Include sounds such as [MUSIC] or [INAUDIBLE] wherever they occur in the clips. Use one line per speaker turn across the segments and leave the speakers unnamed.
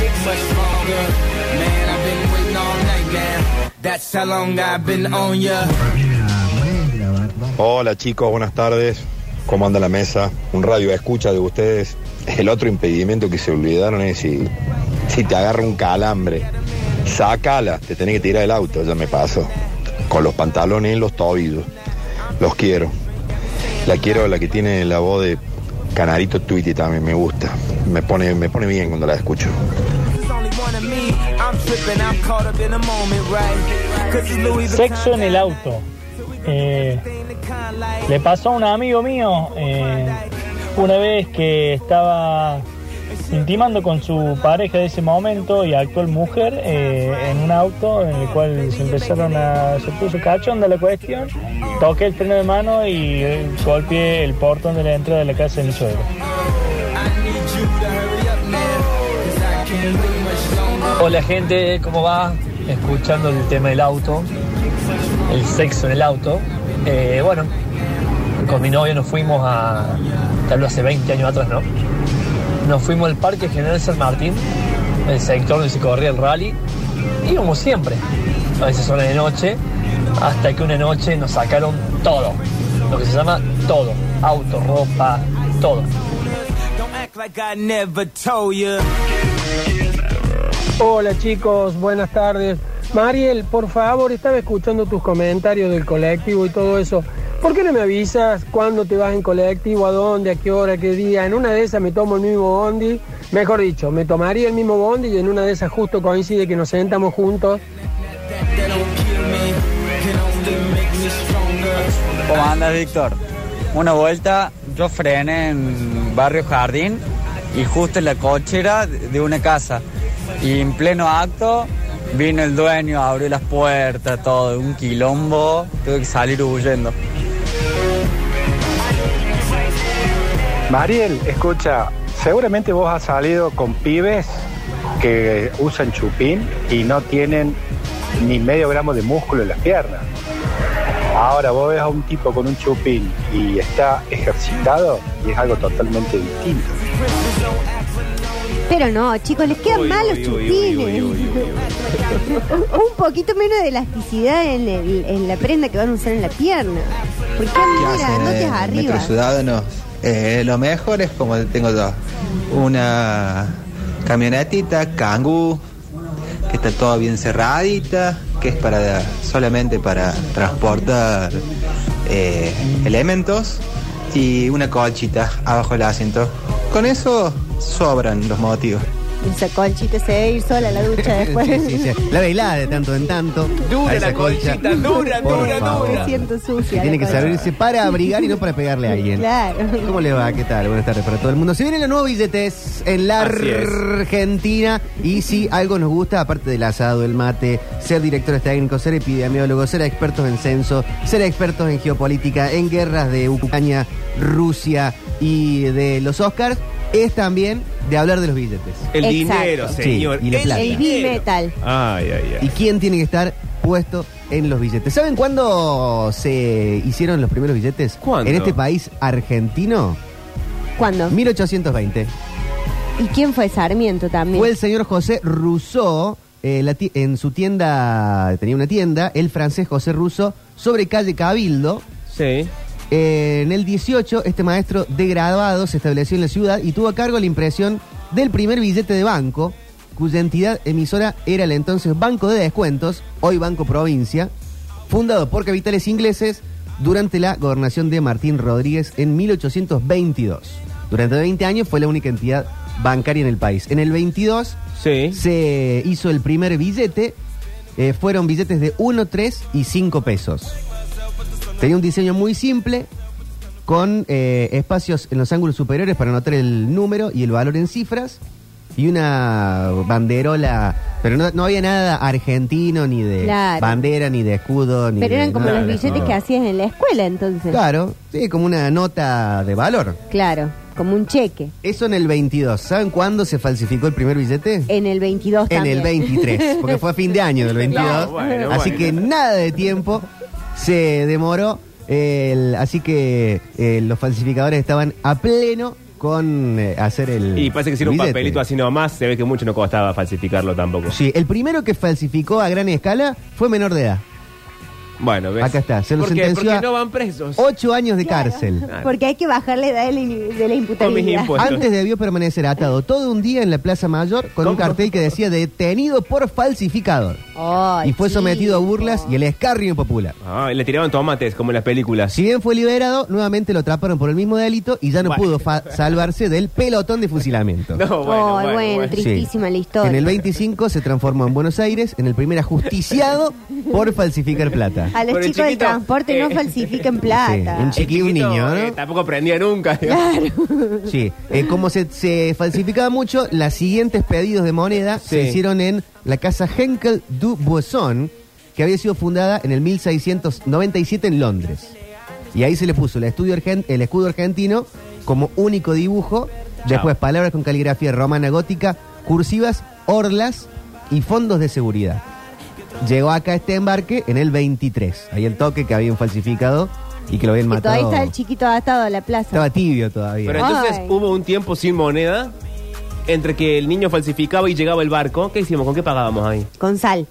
much longer. Man, I've been waiting all night now. That's how long I've been on ya.
Hola chicos, buenas tardes. ¿Cómo anda la mesa? Un radio escucha de ustedes. El otro impedimento que se olvidaron es si, si te agarra un calambre. Sácala, te tenés que tirar del auto, ya me paso. Con los pantalones en los tobillos. Los quiero. La quiero, la que tiene la voz de Canarito Tweety también, me gusta. Me pone, me pone bien cuando la escucho.
Sexo en el auto. Eh, le pasó a un amigo mío eh, una vez que estaba intimando con su pareja de ese momento y actual mujer eh, en un auto en el cual se empezaron a se puso cachonda la cuestión toqué el freno de mano y eh, golpeé el portón de la entrada de la casa de mi suegro
Hola gente, ¿cómo va? Escuchando el tema del auto, el sexo en el auto. Eh, bueno, con mi novia nos fuimos a, tal vez hace 20 años atrás, ¿no? Nos fuimos al Parque General San Martín, el sector donde se corría el rally. Íbamos siempre, a veces horas de noche, hasta que una noche nos sacaron todo, lo que se llama todo, auto, ropa, todo.
Don't act like I never told you.
Hola chicos, buenas tardes. Mariel, por favor, estaba escuchando tus comentarios del colectivo y todo eso. ¿Por qué no me avisas cuándo te vas en colectivo, a dónde, a qué hora, qué día? En una de esas me tomo el mismo bondi. Mejor dicho, me tomaría el mismo bondi y en una de esas justo coincide que nos sentamos juntos.
That don't kill me. Can only make me stronger.
¿Cómo anda, Víctor? Una vuelta, yo frené en Barrio Jardín y justo en la cochera de una casa. Y en pleno acto vino el dueño, abrió las puertas, todo, un quilombo, tuve que salir huyendo.
Mariel, escucha, seguramente vos has salido con pibes que usan chupín y no tienen ni medio gramo de músculo en las piernas. Ahora vos ves a un tipo con un chupín y está ejercitado y es algo totalmente distinto.
Pero no, chicos, les quedan mal los chupines. [LAUGHS] Un poquito menos de elasticidad en, el- en la prenda que van a usar en la pierna. Porque
¿Qué
andan
hacen
grandotes
en
arriba.
Metro Ciudadanos? Eh, lo mejor es como tengo yo, una camionetita Kangoo, que está todo bien cerradita, que es para solamente para transportar eh, elementos, y una colchita abajo del asiento. Con eso sobran los motivos.
Esa colchita se debe ir sola a la ducha después.
[LAUGHS] Sí, sí, sí. [LAUGHS] La bailada de tanto en tanto.
Dura
A esa
la colchita, dura,
Por
dura,
favor.
Me siento
Que
sucia.
tiene que
la colcha.
servirse para abrigar y no para pegarle a alguien.
Claro.
¿Cómo le va? ¿Qué tal? Buenas tardes para todo el mundo. Se vienen los nuevos billetes en la
Así es.
Argentina. Y si algo nos gusta, aparte del asado, el mate, ser directores técnicos, ser epidemiólogos, ser expertos en censo, ser expertos en geopolítica, en guerras de Ucrania, Rusia y de los Oscars, es también de hablar de los billetes.
El
Exacto.
dinero, señor.
Sí, y la
el
plata.
El
dinero.
bimetal.
Ay, ay,
¿Y
ay.
quién tiene que estar puesto en los billetes? ¿Saben cuándo se hicieron los primeros billetes?
¿Cuándo?
En este país argentino,
¿Cuándo?
1820.
¿Y quién fue Sarmiento también?
Fue el señor José Rousseau, eh, la ti- en su tienda, tenía una tienda, el francés José Rousseau, sobre calle Cabildo.
Sí.
Eh, en el 18, este maestro de graduado se estableció en la ciudad y tuvo a cargo la impresión del primer billete de banco, cuya entidad emisora era el entonces Banco de Descuentos, hoy Banco Provincia, fundado por capitales ingleses durante la gobernación de Martín Rodríguez en 1822. Durante 20 años fue la única entidad bancaria en el país. En el 22
Sí.
se hizo el primer billete. eh, fueron billetes de 1, 3 y 5 pesos. Tenía un diseño muy simple, con eh, espacios en los ángulos superiores para anotar el número y el valor en cifras. Y una banderola, pero no, no había nada argentino, ni de
Claro.
bandera, ni de escudo. Ni
Pero
de
eran como
nada.
los billetes que hacías en la escuela entonces.
Claro, sí, como una nota de valor.
Claro, como un cheque.
Eso en el 22. ¿Saben cuándo se falsificó el primer billete?
En el 22
en
Eh, también. [LAUGHS]
el 23, porque fue a fin de año del 22.
Claro, bueno,
así
bueno.
que nada de tiempo se demoró. el- así que eh, los falsificadores estaban a pleno con eh, hacer el.
Y parece que si era un
billete.
papelito así nomás, se ve que mucho no costaba falsificarlo tampoco.
Sí, el primero que falsificó a gran escala fue menor de edad.
Bueno, ¿ves?
Acá está, se lo
¿Por qué?
sentenció
Porque
a-
no van presos.
Ocho años de cárcel.
Ah,
Porque hay que bajar la edad de la, de la imputabilidad.
Antes debió permanecer atado todo un día en la Plaza Mayor con un cartel que decía detenido por falsificador.
Ay,
y fue sometido a burlas y el escarnio popular.
Ah, le tiraban tomates, como en las películas.
Si bien fue liberado, nuevamente lo atraparon por el mismo delito y ya no
Bueno.
pudo fa- salvarse del pelotón de fusilamiento.
No,
Ay, bueno, tristísima la historia.
En el 25 se transformó en Buenos Aires en el primer ajusticiado por falsificar plata.
A los
Por el
chicos del
chiquito,
transporte no
eh, [LAUGHS]
falsifiquen
Sí,
plata.
un chiquillo, un niño, ¿no?
Eh, tampoco aprendía nunca.
Sí, eh, como se, se falsificaba mucho, las siguientes pedidos de moneda se
Sí.
hicieron en la casa Henkel du Boisson, que había sido fundada en el 1697 en Londres. Y ahí se le puso el, estudio argen- el escudo argentino como único dibujo, después palabras con caligrafía romana gótica, cursivas, orlas y fondos de seguridad. Llegó acá este embarque en el 23, ahí el toque que habían falsificado y que lo habían
Y todavía
matado.
está el chiquito atado a la plaza.
Estaba tibio todavía.
Pero entonces
Ay.
hubo un tiempo sin moneda entre que el niño falsificaba y llegaba el barco. ¿Qué hicimos? ¿Con qué pagábamos ahí?
Con sal.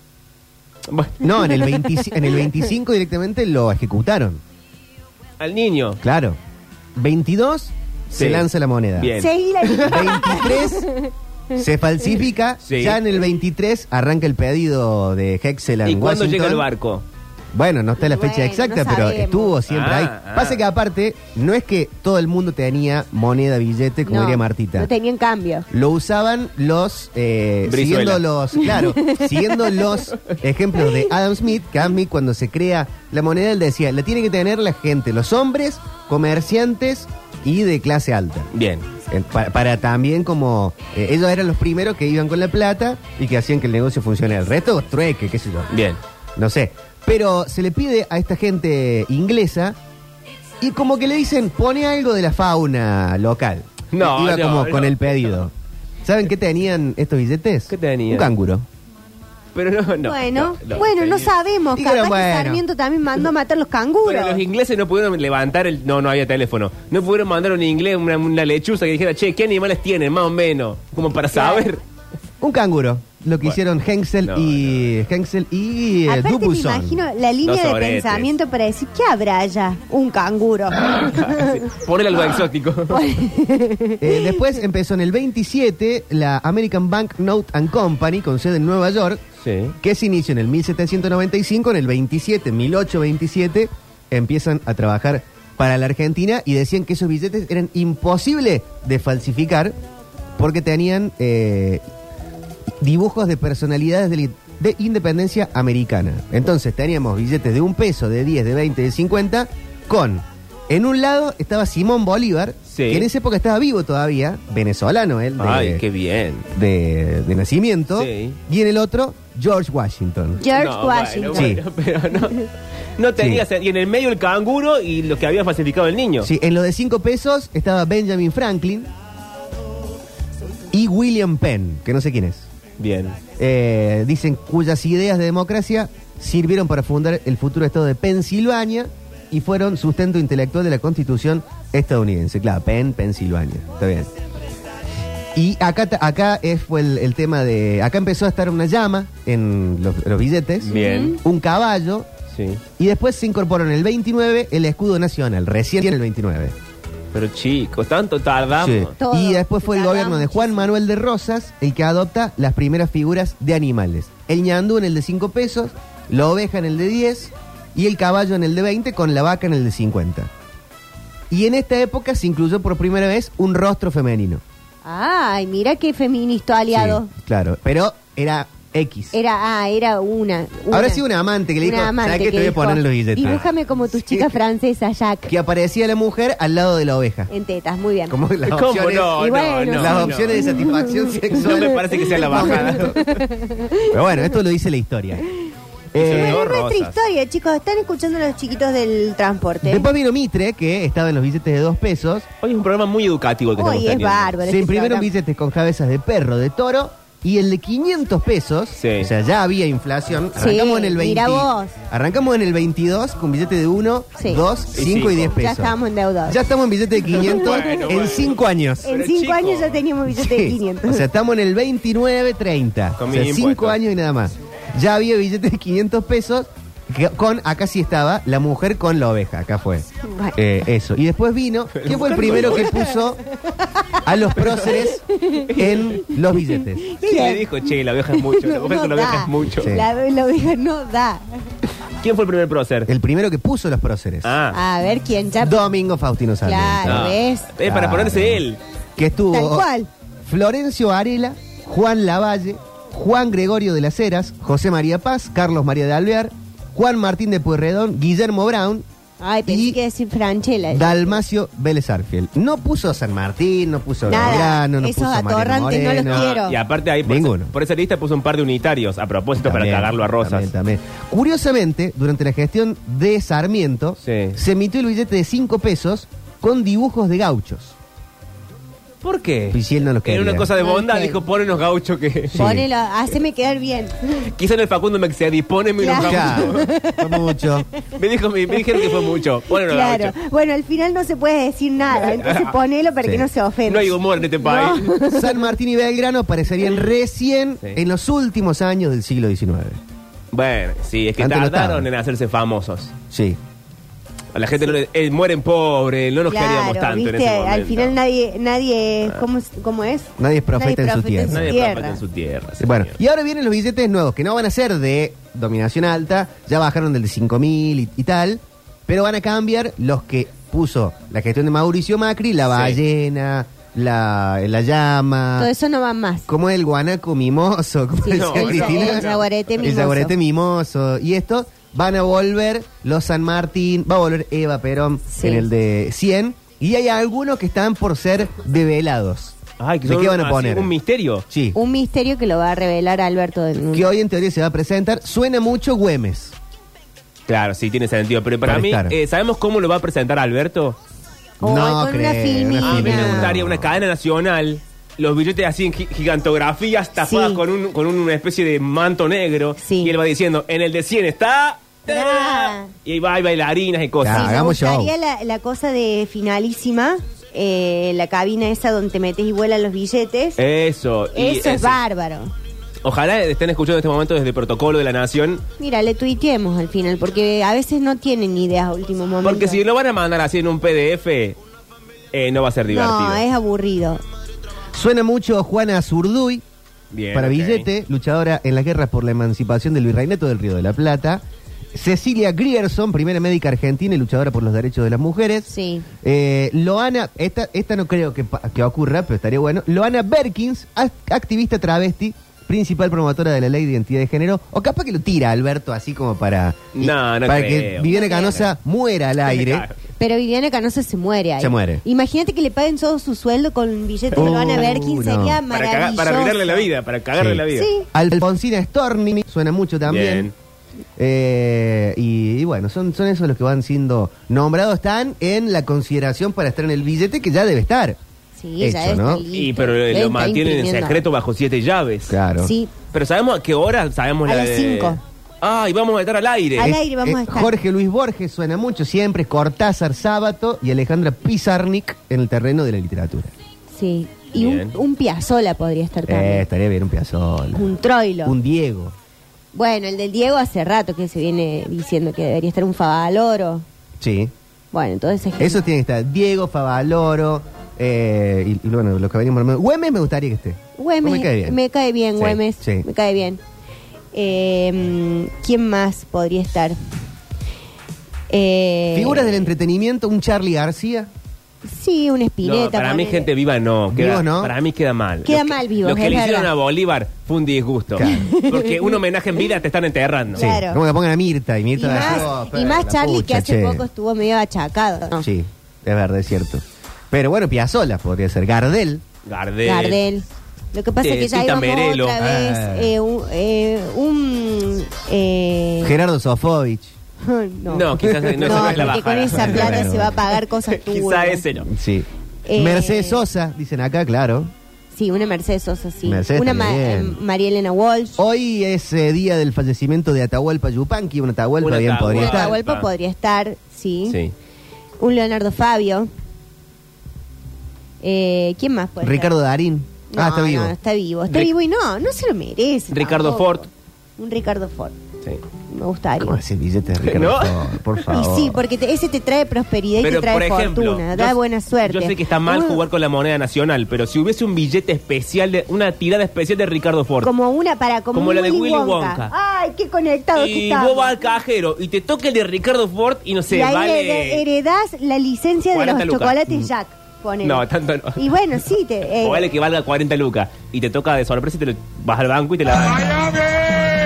Bueno,
No, en el, 25 en el 25 directamente lo ejecutaron,
al niño.
claro. 22 se
Sí.
lanza la moneda.
Bien.
Seguí la lista.
23 se falsifica.
Sí.
Ya en el 23 arranca el pedido de Hexel
¿Y
en
cuándo
Washington.
llega el barco?
Bueno, no está la fecha
Bueno, no
exacta, pero
sabemos.
estuvo siempre
Ah,
ahí.
ah.
Pasa que aparte, no es que todo el mundo tenía moneda, billete, [LAUGHS] como
No,
diría Martita.
No tenían cambio.
Lo usaban los eh,
Brizuela.
siguiendo los claro siguiendo los ejemplos de Adam Smith que Adam Smith cuando se crea la moneda él decía la tiene que tener la gente los hombres comerciantes y de clase alta
Bien.
Eh, pa- para, también como eh, ellos eran los primeros que iban con la plata y que hacían que el negocio funcionara el resto trueque qué sé yo
Bien.
no sé pero se le pide a esta gente inglesa y como que le dicen pone algo de la fauna local
No,
iba
no,
como
no.
con el pedido ¿Saben qué tenían estos billetes?
¿Qué tenían?
Un canguro.
Pero no, no.
bueno,
no, no.
bueno, no
Tenía-
sabemos. Capaz
Dijeron,
que
bueno.
Sarmiento también mandó a matar los canguros.
Pero los ingleses no pudieron levantar el... No, no había teléfono. No pudieron mandar a un inglés una, una lechuza que dijera, che, ¿qué animales tienen? Más o menos. Como para
[LAUGHS]
saber.
Un canguro. Lo que
Bueno.
hicieron Hensel
No,
y Hensel y eh,
Aparte me
Dubuisson.
imagino la línea
Dos
de
oretes.
pensamiento para decir, ¿qué habrá allá? Un canguro.
[LAUGHS] Sí, Ponele algo exótico.
Eh, después empezó en el 27 la American Bank Note and Company con sede en Nueva York,
sí.
que se inició en el 1795, en el 27, 1827, empiezan a trabajar para la Argentina y decían que esos billetes eran imposibles de falsificar porque tenían eh, dibujos de personalidades de, la in- de independencia americana. Entonces teníamos billetes de un peso, de 10, de 20, de 50, con... En un lado estaba Simón Bolívar,
Sí.
que en esa época estaba vivo todavía, venezolano él, de,
Ay, qué bien.
de, de nacimiento.
Sí.
Y en el otro, George Washington.
George
No,
Washington.
Bueno, bueno, pero no, no tenía
Sí.
sen- Y en el medio el canguro y lo que había falsificado el niño.
Sí, en lo de 5 pesos estaba Benjamin Franklin y William Penn, que no sé quién es.
Bien.
Eh, dicen cuyas ideas de democracia sirvieron para fundar el futuro estado de Pensilvania y fueron sustento intelectual de la constitución estadounidense. Claro, Penn, Pensilvania. Está bien. Y acá, ta- acá es, fue el, el tema de. Acá empezó a estar una llama en los, los billetes.
Bien.
Un caballo.
Sí.
Y después se incorporó en el 29 el escudo nacional, recién en el 29.
Pero chicos, tanto tardamos.
Sí.
Todo.
Y después fue el
Tardamos
gobierno de Juan
muchísimo.
Manuel de Rosas el que adopta las primeras figuras de animales. El ñandú en el de 5 pesos, la oveja en el de 10 y el caballo en el de 20 con la vaca en el de 50. Y en esta época se incluyó por primera vez un rostro femenino.
Ay, mira qué feminista aliado.
Sí, claro, pero era X.
Era, ah, era una.
Habrá sido un amante que le
Una
dijo,
amante
"¿Sabes
que
qué? Te voy a
dijo,
poner en los billetes".
Dibújame como tus chicas francesas, Jack.
Que aparecía la mujer al lado de la oveja.
En tetas, muy
[LAUGHS]
bien.
Como las
¿Cómo
opciones-
no?
Y
No,
bueno.
no,
las
no.
opciones de
[LAUGHS]
[LAUGHS]
satisfacción
No
sexual.
me parece que sea la bajada.
Pero bueno, esto lo dice la historia. Eh,
Bueno, es
Rosas.
nuestra historia, chicos. Están escuchando a los chiquitos del transporte.
después vino Mitre, que estaba en los billetes de dos pesos.
Hoy es un programa muy educativo el que
Hoy
estamos
es
teniendo.
bárbaro.
Se
este
imprimieron
programa.
billetes con cabezas de perro, de toro y el de 500 pesos, o sea, ya había inflación.
Sí,
Arrancamos en el 20,
mira vos.
Arrancamos en el 22 con billete de 1,
Sí.
2,
Y
5 y 10
Ya
pesos.
estábamos endeudados.
Ya estamos en billete de 500
Bueno,
en
bueno.
5 años.
en cinco años ya teníamos billete de
Sí.
500.
O sea, estamos en el 29.30.
Con
O sea,
mis
cinco
impuestos.
años y nada más. Ya había billetes de 500 pesos que- con, acá sí estaba, la mujer con la oveja, acá fue.
[LAUGHS] Bueno.
Eh, eso. Y después vino, ¿quién fue el
mujer
primero
con
que
[LAUGHS] la oveja.
puso a los próceres en los billetes?
¿Quién le dijo, che, la oveja es mucho? La oveja
[LAUGHS] No
con la oveja
da.
es mucho.
La, la oveja no da.
¿Quién fue el primer prócer?
El primero que puso los próceres.
A ver quién ya.
Domingo Faustino Sarmiento.
Claro,
Ah.
¿ves?
Es para
Claro.
ponerse él.
Que estuvo
Tal cual.
Florencio Arela, Juan Lavalle, Juan Gregorio de las Heras, José María Paz, Carlos María de Alvear, Juan Martín de Pueyrredón, Guillermo Brown,
Ay, pensé
Y-
que decir Franchella.
Dalmacio Vélez Arfiel. No puso a San Martín, no puso a
Nada,
Belgrano, no
esos
puso a Mariano
atorrantes no los
Moreno.
quiero.
Y aparte ahí por,
Ninguno.
Esa, por esa lista puso un par de unitarios a propósito
También,
para cagarlo a Rosas.
también, también. Curiosamente, durante la gestión de Sarmiento,
Sí.
se emitió el billete de 5 pesos con dibujos de gauchos.
¿Por qué?
Y si él no los
Era
quería.
una cosa de
No,
bondad,
ok.
dijo, ponen los gauchos que...
Ponelo, haceme quedar bien.
Quizá en el Facundo me excedí, poneme los
Claro.
[LAUGHS] gauchos.
[LAUGHS]
Claro, fue mucho.
Me, dijo, me, me dijeron que fue mucho, ponen los
Claro.
gauchos.
Bueno, al final no se puede decir
[LAUGHS]
nada, entonces ponelo para
Sí.
que no se ofenda.
No hay humor en este país.
San Martín y Belgrano aparecerían recién
Sí.
en los últimos años del siglo XIX.
Bueno, sí, es que
Antes no
tardaron
estaban.
en hacerse famosos.
Sí.
A la gente no le- eh, mueren pobres, no nos queríamos
Claro,
tanto en
viste,
ese momento. Ah.
al final nadie, nadie es, ¿cómo, es- cómo es?
Nadie es profeta en su tierra.
Nadie
tierra.
profeta en su tierra.
Sí, Bueno,
señor.
y ahora vienen los billetes nuevos, que no van a ser de dominación alta, ya bajaron del de 5.000 y, y tal, pero van a cambiar los que puso la gestión de Mauricio Macri, la ballena, la, la llama.
Todo eso no va más.
Como el guanaco mimoso, como
Sí,
decía
no,
Cristina.
no, no.
El jaguarete
El
mimoso.
jaguarete mimoso. Y esto, van a volver los San Martín, va a volver Eva Perón
Sí.
en el de 100. Y hay algunos que están por ser develados.
Ay, que
¿De
son
qué van a
así,
poner?
Un misterio.
Sí.
Un misterio que lo va a revelar Alberto del
Que hoy en teoría se va a presentar. Suena mucho Güemes.
Claro, sí, tiene sentido. Pero para
Para
mí,
estar.
eh, ¿sabemos cómo lo va a presentar Alberto?
Oh, con una filmina.
A mí Ah, me
No.
gustaría una cadena nacional. Los billetes así en gi- gigantografías tapadas
Sí.
con, un, con una especie de manto negro.
Sí.
Y él va diciendo, en el de 100 está...
Ah.
Y ahí va, hay bailarinas y
Ah,
Sí,
cosas.
Claro.
me
hagamos show.
gustaría la, la cosa de finalísima, eh, la cabina esa donde te metes y vuelan los billetes.
Eso. Eh, y
eso es
ese.
bárbaro.
Ojalá estén escuchando en este momento desde el protocolo de la nación.
Mira, le tuiteemos al final, porque a veces no tienen ideas a último momento.
Porque si lo van a mandar así en un PDF, eh, no va a ser divertido.
No, es aburrido.
Suena mucho Juana Zurduy.
Bien,
Para
ok.
billete, luchadora en la guerra por la emancipación del virreinato del Río de la Plata. Cecilia Grierson, primera médica argentina y luchadora por los derechos de las mujeres.
Sí.
Eh, Loana, esta, esta no creo que, pa- que ocurra, pero estaría bueno. Loana Berkins, act- activista travesti, principal promotora de la ley de identidad de género. O capaz que lo tira Alberto así como para, y-
No, no
para que
creo.
Viviana Canosa
[LAUGHS]
muera al aire.
Claro.
Pero Viviana Canosa se muere ahí.
Se muere.
Imagínate que le paguen todo su sueldo con billetes
Uh,
de Loana Berkin.
no.
Sería
Para, cagar-
maravilloso.
para arruinarle la vida, para cagarle
Sí.
la vida.
Sí.
Alfonsina Storni, suena mucho también.
Bien.
Eh, y, y bueno, son, son esos los que van siendo nombrados. Están en la consideración para estar en el billete que ya debe estar.
Sí, ya
Hecho,
está
¿no?
listo.
Y pero eh,
Ven,
lo
está
mantienen en
imprimiendo.
secreto bajo siete llaves.
Claro.
Sí,
Pero sabemos a qué hora, sabemos
A
la
las
de-
cinco.
Ah, y vamos a estar al aire.
Al aire vamos a estar.
Jorge Luis Borges suena mucho siempre, Cortázar Sábato y Alejandra Pizarnik en el terreno de la literatura.
sí. Y
Bien.
un, un Piazzolla podría estar
Eh,
también.
estaría bien un Piazzolla.
Un Troilo.
Un Diego.
Bueno, el del Diego hace rato que se viene diciendo que debería estar un Favaloro.
Sí.
Bueno, entonces...
Eso tiene que estar. Diego, Favaloro. eh, y, y bueno, los que venimos armando. Güemes me gustaría que esté.
Güemes,
Me cae bien.
me cae bien,
Sí,
Güemes.
sí.
Me cae bien. Eh, ¿Quién más podría estar? Eh,
Figuras del entretenimiento, un Charlie García.
Sí, una
No,
espineta.
para mí
ponele.
gente viva no, queda-
Vivos no.
Para mí queda mal.
Queda
Lo que-
mal vivos,
Lo que
es
le hicieron
verdad.
a Bolívar fue un disgusto.
Claro.
[LAUGHS] Porque un homenaje en vida te están enterrando.
Sí,
Claro.
Como que pongan a Mirta y
Y
Mirta la-
más,
Oh,
y más
la
Charlie, que
pucha,
hace
che.
poco estuvo medio achacado. ¿no?
Sí, es verdad, es cierto. Pero bueno, Piazzola podría ser. Gardel.
Gardel.
Gardel. Lo que pasa
Eh,
es que ya
Tita
íbamos
Merelo.
otra vez
Ah.
eh, un... eh, un, eh,
Gerardo Sofovich.
[LAUGHS] no,
No, quizás no, esa no es la
porque
baja.
con
[LAUGHS]
esa plata
Claro.
se va a pagar cosas
[LAUGHS] [LAUGHS] Quizá
turbias.
ese no.
Sí.
Eh,
Mercedes Sosa, dicen acá, claro.
Sí, una Mercedes Sosa, sí.
Mercedes
una
también.
Ma- eh, María Elena Walsh.
Hoy es eh, día del fallecimiento de Atahualpa Yupanqui. Un Atahualpa
Un
bien
Atahualpa.
podría
Una
estar.
Ah.
Atahualpa podría estar, sí.
Sí.
Un Leonardo Fabio. Eh, ¿Quién más puede
Ricardo Darín.
estar?
ah,
No,
está vivo.
No, está vivo. Está
Ric-
vivo y no, no se lo merece.
Ricardo
tampoco.
Ford.
Un Ricardo Ford.
Sí.
Me gustaría.
¿Cómo decir billete de Ricardo?
¿No?
Ford? Por
[LAUGHS] Y
favor.
sí, porque te- ese te trae prosperidad y te trae fortuna, da
yo-
buena suerte. Ah.
Yo sé que está mal
Un-
jugar con la moneda nacional, pero si hubiese un billete especial, de una tirada especial de Ricardo Ford.
Como una para, como,
Como
un
la de Willy Wonka.
Ay, qué conectado que
y
estamos.
vos vas al cajero y te toca el de Ricardo Ford y no sé,
y ahí
vale.
hered- heredás la licencia de
40
los
lucas.
chocolates Jack. ponele.
No, tanto no.
Y bueno, sí, te. eh,
O vale que valga 40 lucas. Y te toca de sorpresa y te lo vas al banco y te la dan.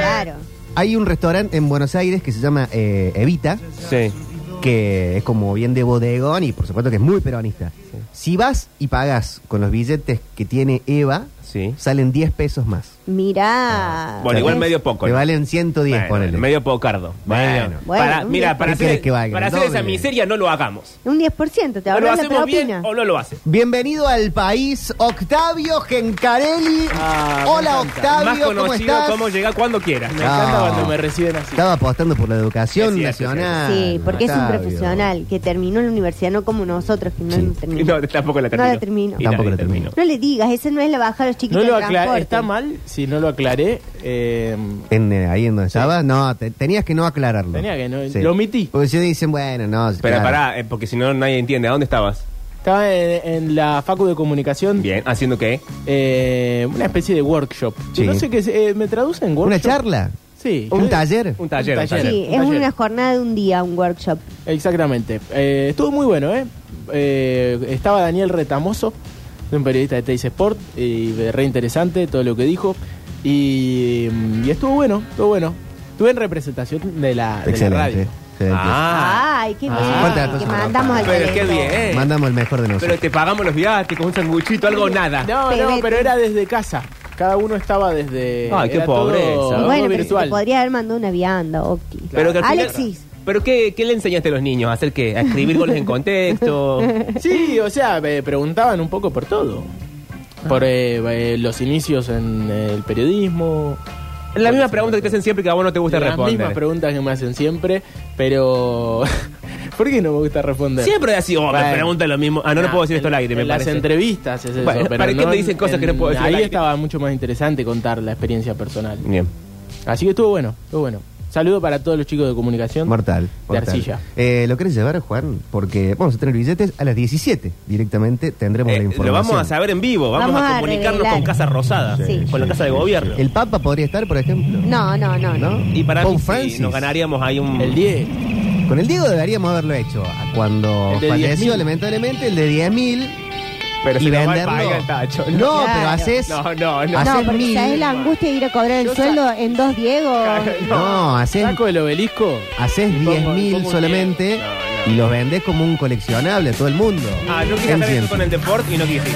Claro.
Hay un restaurante en Buenos Aires que se llama eh, Evita,
Sí.
que es como bien de bodegón y por supuesto que es muy peronista. Si vas y pagas con los billetes que tiene Eva,
Sí.
salen 10 pesos más.
Mirá.
Ah, Bueno, igual
¿ves?
medio poco.
Le
¿no?
valen 110,
Bueno,
ponele.
Medio pocardo.
Bueno.
Bueno, para-
Bueno,
mira,
un-
para
¿Qué querés
hacer,
que valga?
para hacer esa
Doble.
miseria no lo hagamos.
Un 10%, te
O lo
ahorras la
hacemos bien
propina.
o no lo hace.
Bienvenido al país, Octavio Gencarelli.
Ah, me
Hola,
encanta.
Más
Octavio, ¿cómo
conocido
estás?
como llegar cuando quiera.
Me encanta
No.
cuando me reciben así.
Estaba apostando por la educación
Es cierto,
nacional.
Sí, porque es un
Octavio.
profesional que terminó la universidad, no como nosotros, que no
Sí.
lo
[LAUGHS]
terminó.
No, tampoco la
No
termino.
la termino.
Y nadie
Tampoco la termino.
No le digas, esa no es la baja a los chiquitos
No lo
de
aclaré,
transporte.
está mal si no lo aclaré. eh,
En, eh, ahí en donde estaba, no, te- tenías que no aclararlo.
Tenía que no- lo omití.
Porque si dicen, bueno, no.
Pero
claro.
pará, eh, porque si no nadie entiende. ¿A dónde estabas?
estaba en, en la Facu de Comunicación,
Bien, ¿haciendo qué?
eh, una especie de workshop.
Sí.
No sé qué, es, eh, me traducen workshop.
¿Una charla?
Sí.
¿Un
yo-
taller?
Un taller.
Un
un taller.
taller.
Sí,
Un
es una jornada de un día, un workshop.
Exactamente. Eh, estuvo muy bueno, ¿eh? Eh, Estaba Daniel Retamoso, un periodista de Teis Sport, y eh, re interesante todo lo que dijo. Y, mm, y estuvo bueno, estuvo bueno. Estuve en representación de la, de la radio.
Excelente. excelente.
Ah,
Ay, qué bien.
falta
que
entonces una
mandamos al
pero qué
talento.
bien.
Mandamos el mejor de
Pero
nosotros.
te pagamos los viáticos, un sanguchito, algo nada.
No, no,
Pebete.
pero era desde casa. Cada uno estaba desde.
Ay, qué
era todo-
pobreza.
todo
Pero
Bueno, pero se
virtual.
te podría haber mandado una vianda, Octi.
Pero que al final-
Alexis.
¿Pero qué, qué le enseñaste a los niños? ¿A hacer qué? ¿A escribir goles en contexto?
Sí, o sea, me preguntaban un poco por todo. Por eh, eh, los inicios en el periodismo.
La misma pregunta que te hacen siempre que a vos no te gusta
las mismas
responder.
preguntas que me hacen siempre, pero. [LAUGHS] ¿Por qué no me gusta responder?
Siempre así, oh, me
Bueno.
preguntan lo mismo. Ah, no, no
Nah,
puedo decir
en-
esto al aire, me
en las
parece.
entrevistas es eso,
Bueno,
pero
¿para qué
no
te dicen
en-
cosas que no puedo decir al
Ahí
aire?
estaba mucho más interesante contar la experiencia personal.
Bien.
Así que estuvo bueno, estuvo bueno. Saludo para todos los chicos de comunicación.
Mortal. mortal.
arcilla.
Eh, ¿Lo querés llevar, Juan? Porque vamos a tener billetes a las 17. Directamente tendremos
Eh,
la
lo
información.
vamos a saber en vivo, vamos,
Vamos
a
a
comunicarnos
revelar.
con Casa Rosada,
Sí.
con la Casa de Gobierno.
¿El Papa podría estar, por ejemplo?
No, no, no, no.
¿No?
Y para
Pope
mí, sí,
Francis.
nos ganaríamos ahí un...
El 10.
Con el Diego deberíamos haberlo hecho. Cuando
El de
falleció,
10.000.
lamentablemente, el de 10.000.
Pero
y
se nos va el
venderlo.
país al tacho.
No,
Claro.
pero haces.
No, no, no.
haces
No, porque
mil.
sabes la angustia de ir a cobrar el
Yo
sueldo en dos Diego.
No, haces,
Saco el obelisco.
haces
y pongo-
10.000
pongo un
solamente
No,
y los vendes como un coleccionable a todo el mundo.
Ah, no quise hacer
Entiendo.
eso con el deporte y no quise.